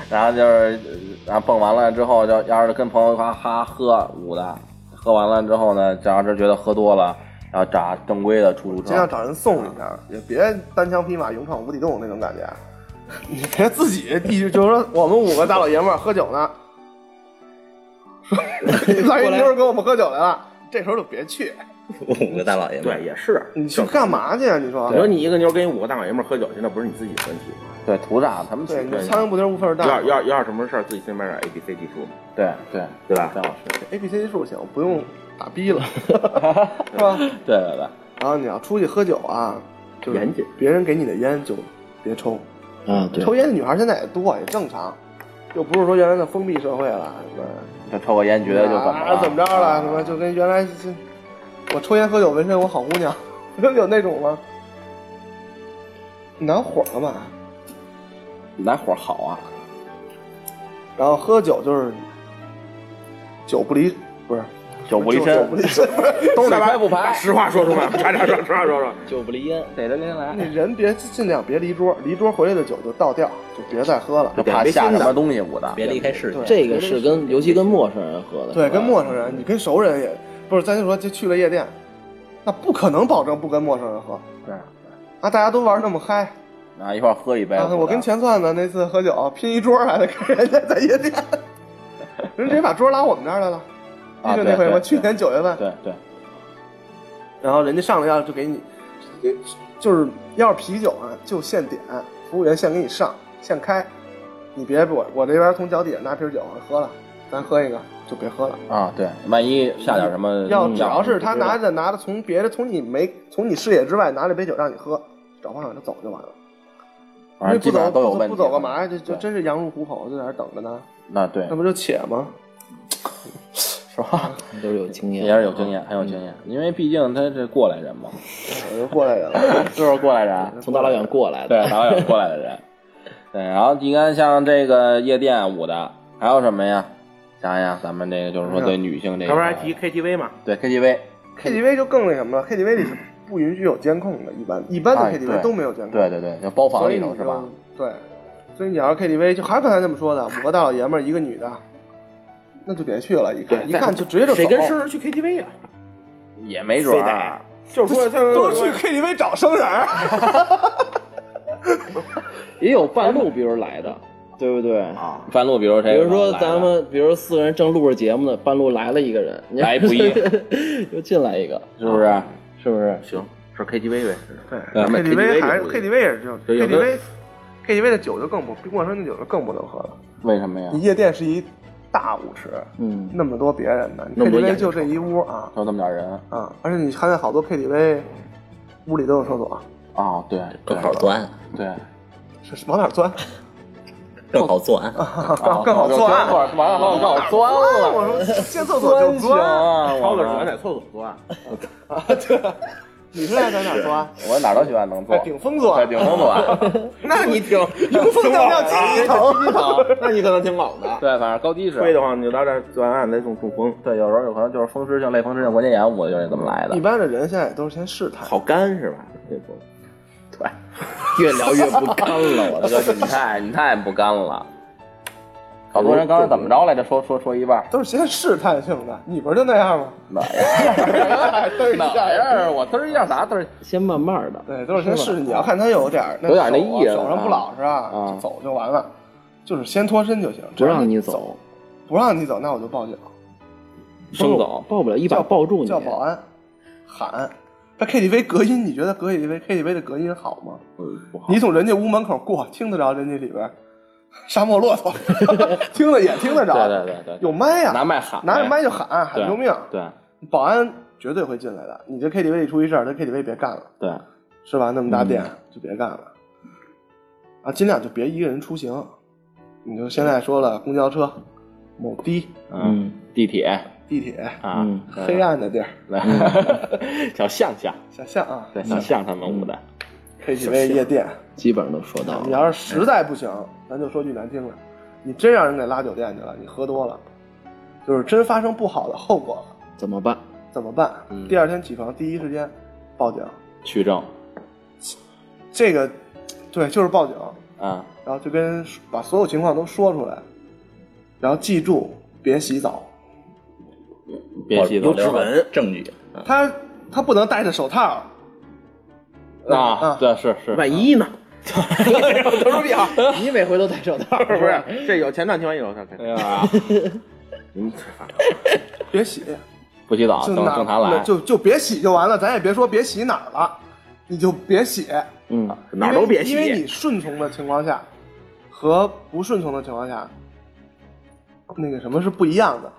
S1: 然后就是，然后蹦完了之后，就要是跟朋友哈哈喝舞的，喝完了之后呢，只要是觉得喝多了，然后找正规的出租
S5: 尽量
S1: 车。
S5: 找人送一下，也别单枪匹马勇闯无底洞那种感觉。 你别自己地就就是说我们五个大老爷们儿喝酒 呢，说来一妞儿跟我们喝酒来了，这时候就别去。
S6: 五个大老爷们
S4: 对，
S6: 儿，
S4: 也是。
S5: 你去干嘛去啊？你说
S4: 你说你一个妞跟一五个大老爷们儿喝酒去，那不是你自己的问题吗？
S1: 对，图啥？他们
S5: 对，
S1: 对
S5: 你说苍蝇不叮无缝儿
S4: 要
S5: 蛋。
S4: 要要什么事儿，自己心里面有 A B C D 数，
S1: 对对
S4: 对吧？
S1: 张老师，
S5: A B C D 数行，不用打逼 了，是吧？
S1: 对对对，
S5: 然后你要出去喝酒啊，就是
S4: 严谨
S5: 别人给你的烟就别抽，
S3: 啊，对，
S5: 抽烟的女孩现在也多，也正常，又不是说原来的封闭社会了，什么
S1: 就抽个烟觉得就怎么
S5: 啊
S1: 了？
S5: 怎么着了，什么就跟原来是我抽烟喝酒纹身，我好姑娘， 有那种吗？难火了吧？
S1: 来火好啊？
S5: 然后喝酒就是酒不离，不是
S1: 酒不离
S5: 酒
S1: 身
S5: 不，离身，不是
S1: 东西拍不排？
S4: 实话说出 来，啥啥说，实话说说。
S3: 酒不离烟，
S1: 逮着您来
S5: 你，人别尽量别离桌，离桌回来的酒就倒掉，就别再喝了
S1: 就。怕下什么东西捂的。
S6: 别离开视线。
S3: 这个是跟尤其跟陌生人喝的，
S5: 对，跟陌生人，你跟熟人也不是，咱就说就去了夜店，那不可能保证不跟陌生人喝。
S1: 对，
S5: 啊，大家都玩那么嗨，
S1: 然后一块儿喝一杯。
S5: 啊，我跟钱算子那次喝酒拼一桌儿还得跟人家在 夜店，人直接把桌拉我们这儿来了，
S1: 啊
S5: 就
S1: 对
S5: 那回
S1: 对
S5: 吗？
S1: 对
S5: 去年九月份，
S1: 对对
S5: 然后人家上来要就给你，就是要是啤酒啊就现点，服务员现给你上现开，你别我我这边从脚底下拿瓶酒啊喝了，咱喝一个就别喝了。
S1: 啊对，万一下点什么
S5: 要
S1: 嗯
S5: 只要是他
S1: 不知道
S5: 拿着拿着从别的从你没从你视野之外拿了杯酒让你喝，找方向就走就完了。
S1: 反正基
S5: 不
S1: 本上
S5: 走
S1: 都有问题。
S5: 不走干嘛呀？嗯这就
S1: 对
S5: 真是羊入虎口，就在那儿等着呢。
S1: 那对
S5: 那，不就且吗？
S1: 是吧？
S3: 都是有经验，
S1: 也是有经验，很有经验，因为毕竟他是过来人嘛，
S5: 我就过来人了。
S1: 就是过来人，
S3: 啊从大老远过来的，
S1: 对，导演过来的人。对，然后你看像这个夜店舞的，还有什么呀？想想咱们这个就是说对女性这个，
S4: 要不然还提 K T V 嘛？
S1: 对 KTV，
S5: KTV 就更那什么了，KTV 里是不允许有监控的，一般一般的
S1: 哎
S5: KTV
S1: 对
S5: 都没有监控，
S1: 对对对，就包房
S5: 所以
S1: 里
S5: 你
S1: 头是吧
S5: 就？对，所以你要是 KTV，就还是刚才那么说的，五个大老爷们儿一个女的，那就别去了，一看一看就直接就
S4: 谁
S5: 走。
S4: 跟生人去 K T V 呀？
S1: 也没准
S4: 非
S1: 儿啊
S4: 得，就是说，
S5: 都
S4: 都
S5: 是去 KTV 找生人儿，
S3: 也有半路别人来的，对不对？
S4: 啊，
S1: 半路比如
S3: 比
S1: 谁，
S3: 如说 咱们，比如四个人正录着节目呢，半路来了一个人，你
S1: 来不易，
S3: 又进来一个，
S1: 是啊不是？
S3: 是不是？
S4: 行，是 K T V 呗。
S5: 对
S1: 咱们
S5: KTV 还是
S4: KTV
S5: KTV 也是这
S4: 对
S5: 样
S4: 有的
S5: ，KTV KTV 的酒就更不，比陌生的酒就更不能喝了。
S1: 为什么呀
S5: 你？夜店是一大舞池，
S3: 嗯，
S5: 那么多别人呢，你
S4: 那么多
S5: KTV
S4: 眼
S5: 就这一屋啊
S1: 就这么点人
S5: 啊，而且你看在好多 KTV 屋里都有厕所，
S1: 啊，对
S6: 更
S1: 对
S6: 好钻，
S1: 对，
S5: 是是往哪儿钻？
S6: 更好作案。
S5: 更更好
S4: 哦
S1: 就
S5: 钻哦
S1: 钻，完了更好钻了，
S5: 我说进厕所就
S1: 行
S5: 钻，
S1: 啊，
S4: 超
S1: 我
S4: 哥喜
S1: 们
S4: 欢在厕所做啊，
S5: 你是爱在哪儿钻？
S1: 我哪儿都喜欢能坐
S5: 在，顶峰钻，
S1: 顶峰坐。
S4: 那你挺
S5: 迎风尿尿鸡一头，
S3: 那你可能挺猛的，
S1: 对，反正高低是。啊
S4: 亏的话，你就到这儿做完案再中中风，
S1: 对，有时候有可能就是风湿性类风湿性关节炎，我就是这么来的
S5: 一。般的人现在也都是先试探，
S4: 好干是吧？这种
S3: 越聊越不干了，我
S1: 我哥，你太你太不干了。好多人刚才怎么着来着？说说说一半儿，
S5: 都是些试探性的，你不是就那样吗？
S1: 哪样？哪样？哎我嘚儿一下咋嘚儿？
S3: 先慢慢的，
S5: 对，都是先试试。你要看他有点儿
S1: 有点那
S5: 手啊
S1: 意思
S5: 手上不
S1: 啊
S5: 老实啊，
S1: 啊
S5: 就走就完了，就是先脱身就行。
S3: 不
S5: 只要
S3: 让你走，
S5: 不让你走，那我就报警，
S1: 生走，
S3: 抱不了一把
S5: 叫
S3: 抱住你。
S5: 叫啊保安，喊。这 KTV 隔音，你觉得隔 KTV KTV 的隔音好吗？
S1: 哎不好。
S5: 你从人家屋门口过，听得着人家里边儿沙漠骆驼， 听得也听得着。
S1: 对对对对对，
S5: 有麦呀、
S1: 拿麦喊，
S5: 拿着麦就喊喊
S1: 对
S5: 救命，
S1: 对
S5: 保安绝对会进来的。你这 KTV 里出一事儿，这 KTV 别干了，
S1: 对，
S5: 是吧？那么
S1: 嗯
S5: 大店、就别干了，啊，尽量就别一个人出行。你就现在说了，公交车、某的、
S1: 嗯，
S6: 嗯
S1: 地铁
S5: 地铁，
S1: 啊，
S6: 嗯，
S5: 黑暗的地儿，
S1: 来， 小象象，
S5: 小巷啊
S1: 对，小象他们舞的，
S5: ，KTV 夜店。啊
S3: 基本上都说到
S5: 你
S3: 了。
S5: 要是实在不行，咱就说句难听的，你真让人给拉酒店去了，你喝多了，就是真发生不好的后果了，
S3: 怎么办？
S5: 怎么办？
S1: 嗯
S5: 第二天起床，第一时间报警。
S1: 取证
S5: 这个，对，就是报警，
S1: 啊，
S5: 然后就跟把所有情况都说出来，然后记住别洗澡。
S1: 别洗
S6: 有
S1: 头
S6: 指纹证据，
S1: 嗯
S5: 他他不能戴着手套，呃
S1: 啊，对，是是，
S3: 万一呢？
S1: 投手表，
S3: 你每回都戴手套，
S4: 不是，这有前段听完有前段
S1: 哎呀，嗯
S5: 别洗，
S1: 不洗澡，
S5: 就
S1: 等
S5: 哪
S1: 啊正常来，
S5: 就就别洗就完了，咱也别说别洗哪儿了，你就别洗，
S3: 嗯，
S6: 哪儿都别
S5: 因为因为
S6: 洗，
S5: 你顺从的情况下和不顺从的情况下，那个什么是不一样的，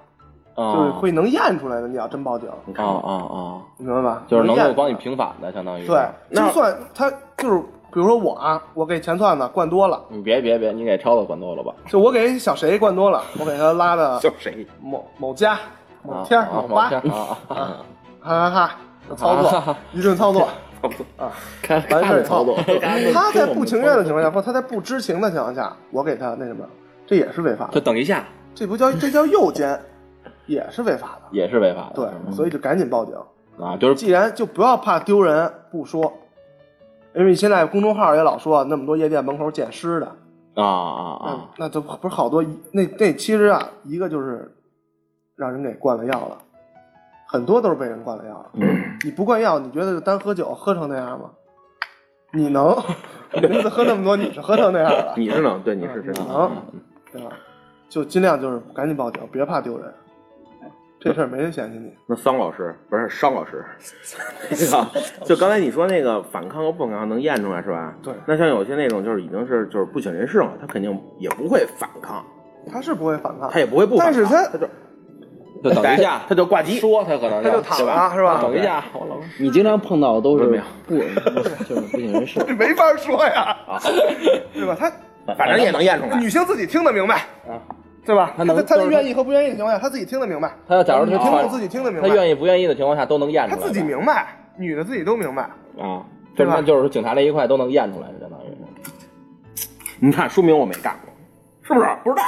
S5: 就是
S1: 啊
S5: 会能验出来的。你要真报警，
S1: 啊 啊啊，
S5: 你明白吧？
S1: 就是能
S5: 验
S1: 够
S5: 出
S1: 帮你
S5: 来
S1: 平反的，相当于
S5: 对，就算他就是，比如说我啊，我给钱串子灌多了，
S1: 你别别别，你给超子管多了吧？
S5: 就我给小谁灌多了，我给他拉到
S4: 就是谁？
S5: 某某家、
S1: 啊
S5: 某天、
S1: 啊
S5: 某
S1: 某
S5: 吧，
S1: 天
S5: 哈
S1: 啊 啊啊，
S5: 哈哈，操
S1: 啊哈
S5: 作
S1: 哈
S5: 一顿操作，啊
S3: 看
S5: 完事
S3: 看
S5: 儿
S3: 着
S5: 以后
S3: 操作，，
S5: 他在不情愿的情况下，或他在不知情的情况下，我给他那什么，这也是违法
S6: 就
S5: 的，
S6: 等一下，
S5: 这不叫这叫诱奸，也是违法 的。
S1: 也是违法的，嗯
S5: 对，
S4: 嗯
S5: 所以就赶紧报警。
S1: 啊，就是
S5: 既然就不要怕丢人，不说，因为你现在公众号也老说那么多夜店门口捡尸的，
S1: 啊啊
S5: 嗯
S1: 啊，，
S5: 那都不是好多一，那那其实啊，一个就是让人给灌了药了，很多都是被人灌了药了。
S4: 嗯
S5: 你不灌药，你觉得单喝酒喝成那样吗？你能， 你那次喝那么多，你是喝成那样
S1: 嗯
S5: 了，
S4: 你是能，对，你是
S5: 你
S4: 真的。嗯
S5: 能，对吧？就尽量就是赶紧报警，别怕丢人，这事儿没人嫌弃你。
S4: 那桑老师不是商老师，那个就刚才你说那个反抗和不反抗能验出来是吧？
S5: 对
S4: 那像有些那种就是已经是就是不省人事了，他肯定也不会反抗，
S5: 他是不会反抗
S4: 他，也不会不反
S5: 但
S4: 抗。
S5: 是他
S1: 就等一下，
S4: 他就挂机，
S1: 说他可能
S5: 他就躺了，是吧？
S1: 等一下，我老
S3: 哎你经常碰到的都是
S1: 没有
S3: 不 就是不省人事，
S5: 没法说呀，
S4: 啊
S5: 对吧？他
S4: 反正也能验出来。
S5: 女性自己听得明白，
S4: 啊
S5: 对吧？
S1: 她能
S5: 她
S1: 就是她
S5: 愿意和不愿意的情况下，她自己听得明白。
S1: 他要假如他
S5: 女听
S1: 穿
S5: 众自己听得明
S1: 他
S5: 白，
S1: 愿意不愿意的情况下都能验出来
S5: 她
S1: 的，
S5: 自己明白，女的自己都明白。
S1: 啊， 这
S5: 对吧
S1: 那就是警察这一块都能验出来，相当于是。
S4: 你看，说明我没干过，是不是？不知道。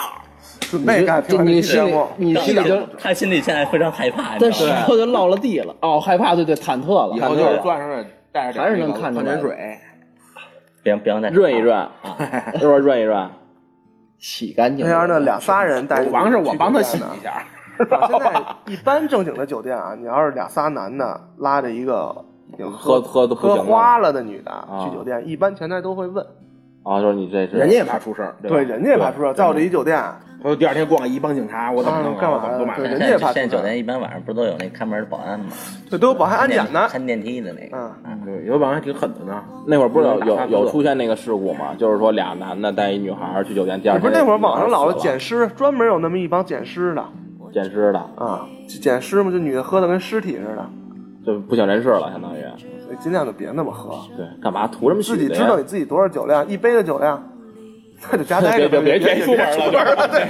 S5: 准备干，
S3: 这
S5: 听完这
S3: 你
S5: 期
S3: 心
S5: 节
S3: 里
S5: 目
S3: 你心里就，
S6: 他心里现在非常害怕，
S3: 但
S6: 你知
S3: 石
S6: 道吗
S3: 头就落了地了，哦，害怕，对对，忐忑了，哦
S4: 以后就是钻上来，带着点
S3: 还是能看出
S4: 矿
S3: 来
S4: 泉水，
S6: 别别让再
S1: 润一润 啊，是不是润一润？
S3: 洗干净
S5: 那
S3: 了。
S5: 样的俩仨人带着，
S4: 王是我帮他洗一
S5: 啊
S4: 下。
S5: 现在一般正经的酒店啊，你要是俩仨男的拉着一个已经
S1: 喝喝得不
S5: 喝
S4: 啊
S1: 行了
S5: 花了的女的去酒店，一般前台都会问，
S1: 啊，就是你这是
S4: 人家也怕出事儿，吧
S5: 对，人家也怕出事儿。在我这一酒店，
S4: 我第二天逛一帮警察，我怎么弄
S5: 啊
S4: 啊？
S5: 干嘛
S4: 我怎么都满
S5: 对
S4: 了
S5: 人家
S6: 现在
S5: 也怕
S6: 现在
S5: 出事儿
S6: 酒店一般晚上不都有那看门的保安吗？
S5: 这都有保安安检呢。
S6: 看电梯的那个，
S5: 嗯，
S4: 对，有保安还挺狠的呢。
S1: 那会儿不是有
S4: 打
S1: 有
S4: 岔
S1: 有出现那个事故吗？就是说俩男的带一女孩去酒店，第二天
S5: 不是那会儿网上老
S1: 女
S5: 是
S1: 孩
S5: 捡尸，专门有那么一帮捡尸的
S1: 死了捡尸的，
S5: 啊，捡尸嘛，就女的喝的跟尸体似的，
S1: 就不省人事了，相当于
S5: 所以尽量就别那么喝。
S1: 对，干嘛图什么
S5: 自
S1: 血
S5: 己
S1: 呀
S5: 知道你自己多少酒量，一杯的酒量，那就家待着吧，
S1: 别别别
S5: 别
S1: 出门了
S5: 出门了。对，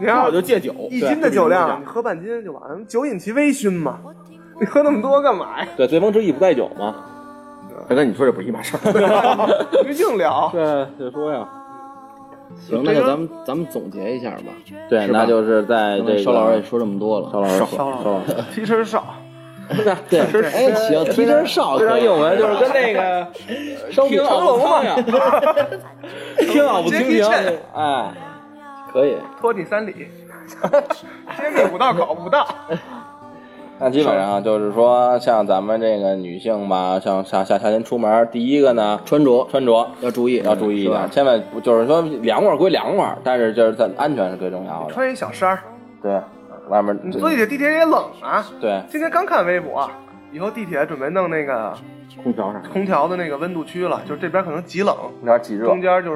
S5: 你
S4: 那
S5: 要
S4: 我就戒酒，
S5: 一斤的酒量，你喝半斤就完，酒引其微醺嘛。你喝那么多干嘛呀？
S1: 对，醉翁之意不在酒嘛。
S4: 大哥，你说这不是一码事 儿。
S5: 就硬聊。
S1: 对，就说呀。
S3: 行，那就咱们咱们总结一下吧。
S1: 对，那就是在
S3: 刚
S1: 这个
S3: 才邵老师也说这么多了，
S1: 邵老师说，
S5: 邵老
S1: 老师，
S5: 提身少，
S3: 对，哎，行，提真少可
S1: 非常
S3: 以
S1: 英文，就是跟那个听
S5: 成龙嘛
S1: 嘛，听好不听
S5: 杰
S1: 评
S5: 克逊，
S1: 哎，
S3: 可以，
S5: 拖地三里， 揭秘五道口，五道。
S1: 那基本上就是说，像咱们这个女性吧，像夏夏夏天出门，第一个呢，
S3: 穿着
S1: 穿着
S3: 要注意，
S1: 要注意一
S3: 是吧
S1: 点，千万不就是说凉快归凉快，但是就是咱安全是最重要的。
S5: 穿一小衫儿，
S1: 对，外面
S5: 你所以这地铁也冷啊。
S1: 对
S5: 今天刚看微博，啊以后地铁准备弄那个
S4: 空调上
S5: 空调的那个温度区了，就是这边可能极冷，
S1: 有点起热
S5: 中，间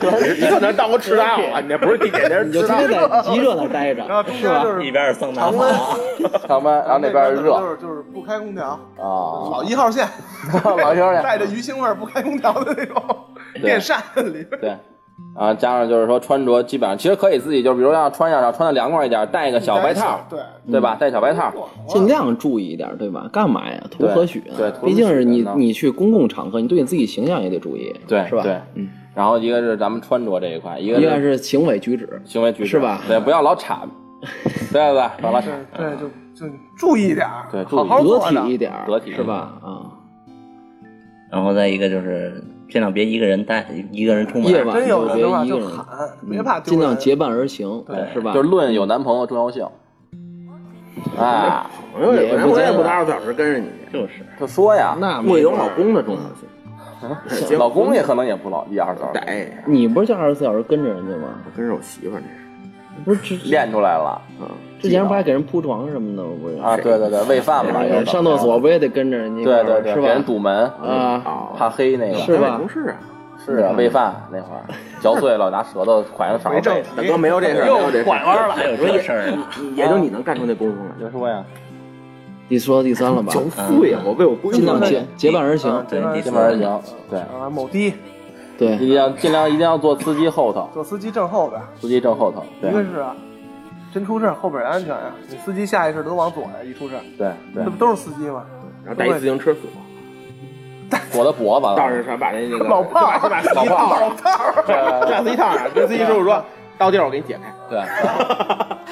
S5: 就是
S4: 你可能当过吃大了，你那不是地铁，那是
S3: 你就
S4: 吃
S3: 天
S4: 大
S3: 天在极热那待
S5: 然后
S3: 着，
S5: 中
S3: 是
S5: 间
S3: 吧？
S5: 就是
S6: 一边是桑拿
S5: 常温
S6: 房，
S1: 上班然后那边热
S5: 就是就是不开空调，
S1: 啊，
S5: 老一号线，
S1: 老乡
S5: 带
S1: 去，
S5: 着鱼腥味儿不开空调的那种电扇里边。
S1: 对。然后啊加上就是说穿着，基本上其实可以自己就比如要穿要穿的凉快一点，带个小白套，
S5: 对，
S1: 对吧？带小白套，
S3: 尽量注意一点，对吧？干嘛呀？图
S1: 对
S3: 何许啊？
S1: 对图何
S3: 毕竟是
S1: 许
S3: 你
S1: 呢
S3: 你去公共场合，你对你自己形象也得注意，
S1: 对，
S3: 是吧？
S1: 对，嗯。然后一个是咱们穿着这一块，一个
S3: 一个
S1: 是
S3: 是行为举止，
S1: 行为举止，
S3: 是吧
S1: 对，不要老 铲，对对对，不要老铲，
S5: 对，就就注意点儿，
S1: 对注意
S5: 好好
S3: 得
S5: 做
S3: 体
S5: 呢
S3: 一。点儿，
S1: 得体
S3: 是吧？啊，
S6: 然后再一个就是尽量别一个人待，一个人出门。
S3: 夜晚
S5: 真有
S3: 就别
S5: 人的话
S3: 一
S5: 就
S3: 个人
S5: 喊，
S1: 嗯
S5: 别怕丢
S3: 尽
S5: 人
S3: 量结伴而行，是吧？
S1: 就是论有男朋友重要性。啊，
S4: 朋友也不是，我也不能二十四小时跟着你。
S6: 就是
S1: 就说呀，
S3: 那没
S4: 我有
S3: 准
S4: 老
S3: 儿
S4: 公的重要性，结
S1: 老公也可能也不老一二三，
S3: 哎
S4: 逮
S3: 你不是就二十四小时跟着人家吗？
S4: 跟着我媳妇儿那是，
S3: 不是之
S1: 练出来了
S3: 之前不还给人铺床什么的吗？不是
S1: 啊，对对对，喂饭嘛，
S3: 哎
S1: 有
S3: 上厕所不也得跟着人家一块
S1: 对对
S3: 儿？
S1: 对，
S3: 是
S1: 给人
S3: 吧？
S1: 堵门，
S3: 啊，
S1: 怕黑那个
S3: 是吧
S4: 咱俩同事啊，
S1: 是啊，喂饭那会儿嚼碎了，拿舌头㧟上勺
S5: 没正
S1: 喂。
S4: 大哥没有这事儿，没有这事
S5: 拐
S4: 儿，
S5: 弯了，
S6: 还有这事儿呢？
S4: 也就你能干出那功夫来。
S1: 就说呀，
S3: 你说到第三了吧？
S4: 富呀，我为我闺
S3: 尽量结
S4: 女，
S3: 结伴而行
S5: 嗯，
S6: 对，第
S1: 这
S6: 四
S1: 门儿
S6: 个
S1: 行，对，
S5: 啊，某的
S3: 对
S1: 一定要尽量一定要坐司机后头，
S5: 坐司机正后边，
S1: 司机正后头，
S5: 一个
S1: 对
S5: 是真出事儿后边儿安全呀、你司机下意识都往左呀、一出事儿，
S1: 对对
S5: 这不，都是司机吗？
S4: 然后带一自行车锁，
S1: 我的脖子
S4: 到
S1: 了，
S4: 时候把那那个
S5: 老炮儿
S4: 就把就把司机套上，
S1: 对
S4: 把司机套上，跟司机师傅说，到地儿我给你解开，
S1: 对，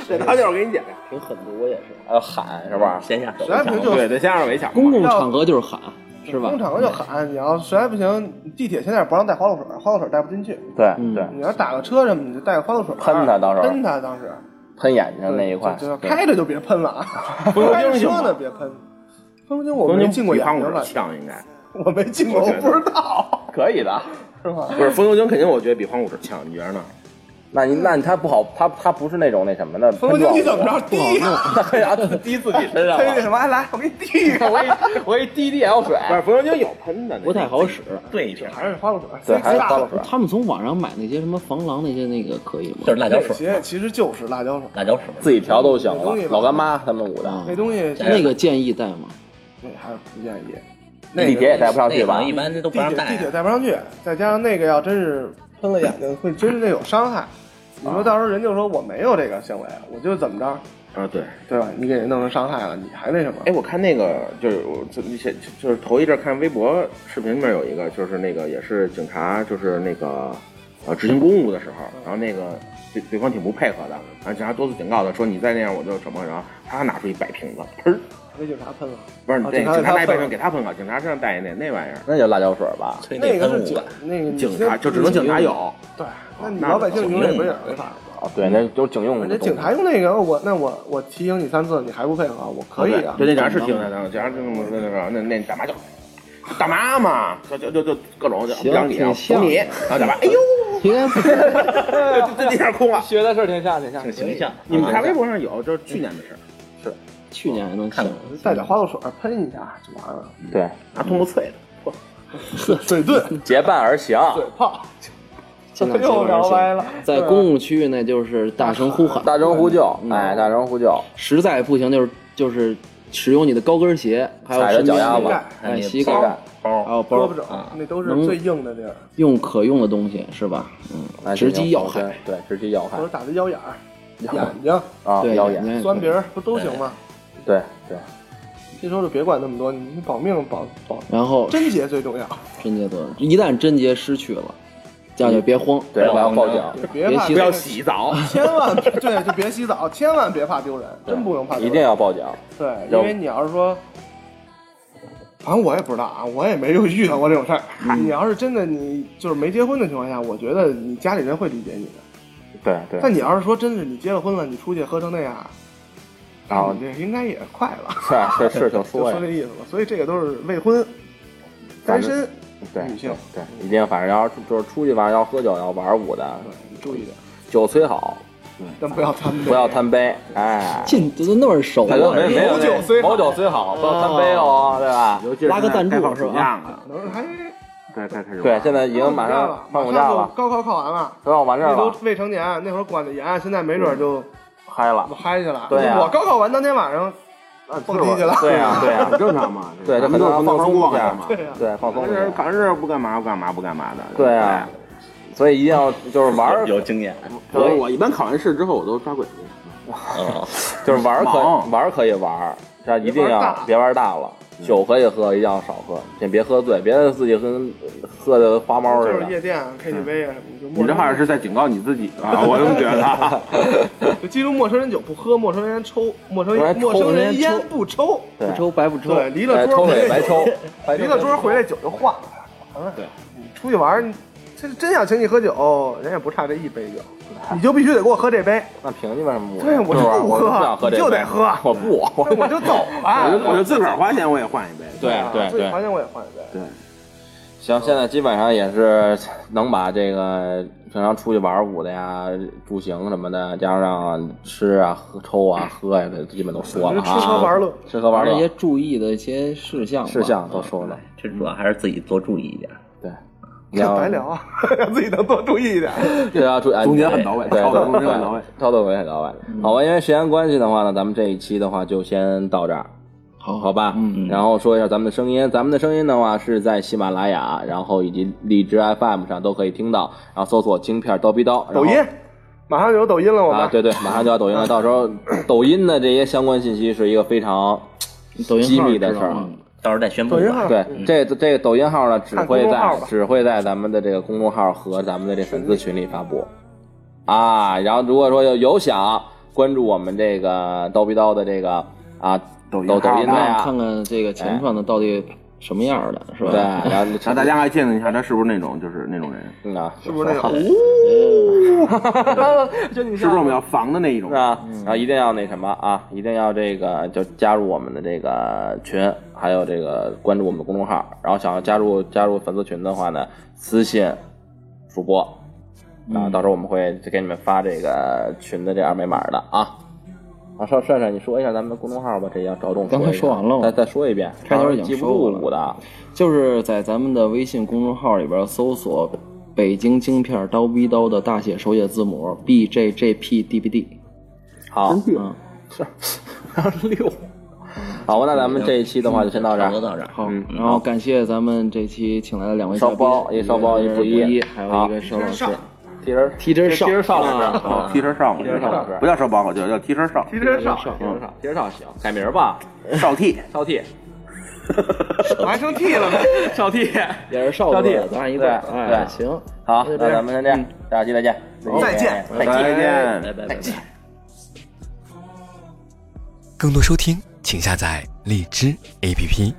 S4: 对，到地儿我给你解开。
S3: 挺狠毒也是。
S1: 还有喊是吧？
S6: 先下手
S5: 实。在不行就
S4: 对，对，先让我一抢。
S3: 公共场合就是喊，是吧
S5: 工？厂就喊，你要实在不行，地铁现在不让带花露水，花露水带不进去。
S1: 对
S3: 嗯
S1: 对，
S5: 你要打个车什么，你就带个花露水，
S1: 喷它当时
S5: 喷它当时
S1: 喷眼睛那一块，
S5: 就就
S1: 对
S5: 开着就别喷了啊， 开着车呢别喷。分不清我没进过眼
S4: 汤
S5: 睛
S4: 比
S5: 了，
S4: 呛应该
S5: 我没进过，我不知道，
S1: 可以的。
S5: 是吧？
S4: 不是风油精，肯定我觉得比黄骨水呛，你觉得呢？
S1: 那你那你他不好，他他不是那种那什么的
S5: 冯
S1: 喷
S5: 文
S1: 撞
S5: 京
S1: 物，
S5: 你怎么着滴呀？
S1: 他可以让他滴自己身上啊
S5: 嘿那
S1: 了。
S5: 哎什么，来，我给你滴一个。
S1: 我一我一滴滴眼药水，
S4: 不是风油精有喷的，
S3: 不太好使。
S6: 对一瓶，
S5: 还是花露水，
S1: 对，还是花露水。
S3: 他们从网上买那些什么防狼那些那个可以吗？
S6: 就是辣椒
S5: 那
S6: 水，
S5: 些其实就是辣椒水，
S6: 辣椒水。
S1: 自己调都行
S5: 这东西
S1: 了。
S5: 吧
S1: 老干妈他们捂的，
S3: 啊
S5: 那，东西
S3: 那个建议带 吗？
S5: 那还是不建议。那个
S1: 地铁也带不上去啊吧
S6: 那个？一般都不
S5: 地
S6: 让
S5: 铁地
S6: 带啊
S5: 铁。带不上去，再加上那个要真是喷了眼睛，会真的有伤害。你说到时候人就说我没有这个行为，我就怎么着，
S4: 啊，对。
S5: 对吧？你给人弄成伤害了，你还那什么
S4: 哎，？我看那个就是我就一些就是头一阵看微博视频里面有一个，就是那个也是警察，就是那个呃执行公务的时候，然后那个对对方挺不配合的，然后警察多次警告他说你再那样我就什么，然后他拿出一白瓶子，喷儿，
S5: 被警察喷了，
S4: 不是
S5: 啊
S4: 那
S5: 警察
S4: 警察
S5: 给他
S4: 拿一白
S5: 喷
S4: 瓶给他喷了，警察身上带一那那玩意儿，
S1: 那就辣椒水吧。
S6: 催
S5: 那
S6: 泪
S5: 个
S6: 喷
S5: 是
S6: 雾啊
S5: 警
S6: 吧，
S5: 那个你
S4: 警察就只能警察。有，
S5: 对，那你
S4: 那
S5: 老百姓
S4: 警
S5: 永远
S6: 用
S5: 没有
S6: 的
S5: 违法。
S1: 啊，对，那都是警用的
S5: 那
S1: 东西。
S5: 警察用那个，我那我我提醒你三次，你还不配合，我可以啊。
S4: 哦对，那警察是听他的，警察就那么那那那那大妈就大妈嘛，就就就就各种就不
S3: 行
S4: 讲理，
S3: 挺像
S4: 捅你，然后大妈哎呦，
S3: 应该不是
S4: 就就那下哭啊了。
S1: 学的是挺像，挺像
S6: 挺形象。
S4: 你们看微博上有，就是去年的事儿，
S3: 去年还能看
S6: 看
S5: 带点花露水喷一下就完了，
S1: 对，
S4: 拿铜锣啐的。
S5: 水遁、
S1: 结伴而行，
S5: 水泡，
S3: 尽量 结
S5: 又
S3: 伴
S5: 聊歪
S3: 而
S5: 了
S3: 行。。在公共区域内就是大声呼 喊，
S1: 大声呼救，哎，大声呼救，
S3: 实在不行就是就是使用你的高跟鞋，还 有
S1: 踩着
S3: 身边
S1: 脚丫子
S3: 的哎，膝
S1: 膝盖
S3: 盖，，还有
S5: 胳
S3: 包
S5: 膊，肘那都是
S3: 能
S5: 最硬的地儿，
S3: 用可用的东西是吧？
S1: 哎
S3: 嗯，直击要害，，
S1: 对，直击要害
S5: 或者打的腰眼儿、
S1: 眼
S5: 眼睛、
S1: 啊，
S3: 对，
S1: 腰
S3: 眼睛
S1: 眼，
S3: 也
S5: 酸
S3: 可以
S5: 鼻儿，不都行吗？
S1: 对对，
S5: 这时候就别管那么多，你保命保保
S3: 然后
S5: 贞洁最重要，
S3: 贞洁多，一旦贞洁失去了，这样就别慌，
S1: 对，我要报警，
S5: 就别怕
S3: 别洗
S4: 不要，洗澡，
S5: 千万对，就别洗澡，千 万别怕丢人，真不用怕丢人，
S1: 一定要报警，
S5: 对，
S1: 要
S5: 因为你要是说反正我也不知道啊，我也没有遇到过这种事儿。你要是真的你就是没结婚的情况下，我觉得你家里人会理解你的。
S4: 对对
S5: 但你要是说真是你结了婚了，你出去喝成那样，
S4: 啊
S5: 你，这应该也快了，
S4: 是啊是是挺
S5: 就
S4: 说
S5: 说
S4: 呀
S5: 这，意思吧。所以这个都是未婚、单身，
S4: 对
S5: 女性
S4: 对，一定反正要是就是出去玩要喝酒要玩舞的，
S1: 嗯
S5: 注意点，
S1: 酒虽好，
S5: 但不要贪杯，
S1: 不要贪杯，哎。
S3: 进都那么手
S1: 没有没有
S3: 了，
S1: 没有
S5: 某酒虽好
S1: 某酒虽好，不要贪杯哦，对吧？
S4: 尤其是
S3: 拉个赞助
S4: 现在开放
S3: 是吧
S4: 暑假了，
S5: 能还
S4: 对，该开始
S1: 对，现
S4: 在
S1: 在已经马上放暑假
S5: 就
S1: 了，
S5: 高考考完了，
S1: 都要完事
S5: 那
S1: 儿
S5: 都
S1: 了，
S5: 未成年，那会儿管得严，现在没准儿就
S1: 嗨了，
S5: 嗨去了。
S1: 对啊
S5: 我高考完当天晚上蹦迪去了。
S1: 对呀对呀
S4: 啊 很正常嘛，
S1: 对这
S4: 咱们
S1: 很
S4: 就
S1: 正常
S4: 放松
S1: 放松
S4: 一
S1: 一下
S4: 下嘛，
S5: 对呀，
S1: 对，放松
S4: 考
S1: 一
S4: 试
S1: 下，
S4: 考试不干嘛不干嘛不干嘛的，
S1: 对啊，所以一定要就是玩儿，
S6: 有经验，
S4: 我呃我一般考完试之后我都抓鬼去，
S6: 嗯，
S1: 就是玩儿可
S4: 忙
S1: 玩儿可以玩儿，但一定
S5: 别玩
S1: 要
S5: 大嗯
S1: 别玩儿大了。酒可以喝，一定要少喝，先别喝醉，别自己跟喝的花猫
S5: 就
S1: 似
S5: 是夜
S1: 的。
S5: 店、KTV 啊什
S1: 嗯
S5: 么，就陌
S4: 你这
S5: 生
S4: 好像是在警告你自己啊，我这么觉得。
S5: 就记住陌生人酒不喝，陌生人抽，陌生
S1: 哎
S5: 人
S1: 抽
S5: 陌生人烟不抽。
S1: 对
S3: 不，抽白不抽，
S5: 对，离
S1: 哎
S5: 了桌
S1: 抽
S5: 儿
S1: 了
S5: 回
S1: 也
S5: 来
S1: 白
S5: 酒
S1: 抽，白 抽
S5: 离了桌儿回来酒就换了，完了。对，你出去玩儿，你这真要请你喝酒，哦人也不差这一杯酒，你就必须得给我喝这杯。
S1: 那凭你为什么我？
S5: 对，我
S1: 是
S5: 就
S1: 吧
S5: 不
S1: 我就不想喝
S5: 喝，
S1: 这个，
S5: 你就得喝，
S1: 我不，啊我
S5: 那我就走
S4: 我就我
S5: 了。
S4: 就自个儿花钱我也换一杯。
S1: 对对
S5: 自己
S1: 对
S5: 花钱我也换一杯。
S4: 对，
S1: 行，现在基本上也是能把这个平常出去玩儿舞的呀、住行什么的，加上吃啊、喝抽啊、喝呀，这基本都说
S5: 我
S1: 了
S5: 就
S1: 啊。
S5: 吃喝玩乐，
S1: 吃喝玩
S3: 玩
S1: 乐
S3: 一些注意的一些事项吧，啊
S1: 事项都说了，
S6: 这主要还是自己多注意一点。
S1: 对。你
S5: 这
S1: 要
S5: 白聊啊， 让自己能多注意一点。
S1: 对 啊，注意安全
S4: 总结很到位
S1: 对，
S4: 操作
S1: 对
S4: 总结很到位，
S1: 操作总结很到位。
S5: 嗯
S1: 好吧，因为时间关系的话呢，咱们这一期的话就先到这儿。
S3: 好
S1: 好吧，
S3: 嗯，
S1: 然后说一下咱们的声音，咱们的声音的话是在喜马拉雅，然后以及荔枝 FM 上都可以听到，然后搜索“京片儿刀逼刀”，然后
S5: 抖音，马上就有抖音了，我
S1: 啊，
S5: 们。
S1: 对对，马上就要抖音了，到时 候抖音的这些相关信息是一个非常
S3: 抖音号啊
S1: 机密的事
S3: 知道
S1: 儿
S3: 吗。
S6: 到时候再宣布
S5: 抖音
S6: 吧
S5: 号。
S1: 对，这这个抖音号呢，只
S5: 嗯看公
S1: 会
S5: 众
S1: 在
S5: 号吧
S1: 只会在咱们的这个公众号和咱们的这粉丝群里发布啊。然后如果说有有想关注我们这个刀逼刀的这个啊
S4: 抖音
S1: 抖抖
S4: 号
S1: 音的
S4: 啊
S1: 呀，
S3: 看看这个前创的到底什么样的，是吧？
S1: 对，然后
S4: 让大家来鉴定一下，他是不是那种就是那种人，
S1: 嗯啊，
S5: 是不是那哦个？
S4: 是不是我们要防的那一种？
S1: 那然后一定要那什么啊，一定要这个就加入我们的这个群，还有这个关注我们的公众号。然后想要加入加入粉丝群的话呢，私信主播啊，到时候我们会给你们发这个群的这二维码的啊。啊，帅帅帅，你说一下咱们的公众号吧，这要着重
S3: 刚才
S1: 一下
S3: 说完了吗
S1: 再再说一遍，
S3: 开头已经
S1: 记不
S3: 说过
S1: 住
S3: 了
S1: 我的，
S3: 就是在咱们的微信公众号里边搜索“北京京片儿刀逼刀”的大写首写字母 B J J P D B D。
S1: 好，
S3: 嗯，
S1: 好吧，那咱们这一期的话就先到这
S6: 差
S1: 儿
S6: 不多，到这儿，
S3: 好
S1: 嗯，
S3: 然后感谢咱们这期请来的两位嘉宾
S1: 烧包一烧包
S3: 一
S1: 一布衣
S3: 一，还有一个邵老师，
S1: 提人儿
S3: 提真少，
S1: 提人儿少老师
S4: 哦，踢身上，踢
S1: 身上是
S4: 不叫少包，我叫叫踢身上，
S5: 提真少，
S1: 提人儿少，提人儿少行，改名儿吧，
S4: 少替。
S1: 挑剔。
S5: 我还生气了呢。
S1: 少替，
S3: 也是少
S1: 少
S3: 子
S1: 弟，
S3: 咱俩一对儿，
S1: 对
S3: 哎，
S1: 对
S3: 行，
S1: 好，那咱们先这样，下期再见，
S5: 再见
S1: 再见。
S4: 再见。
S6: 拜拜拜拜。
S7: 更多收听，请下载荔枝 APP。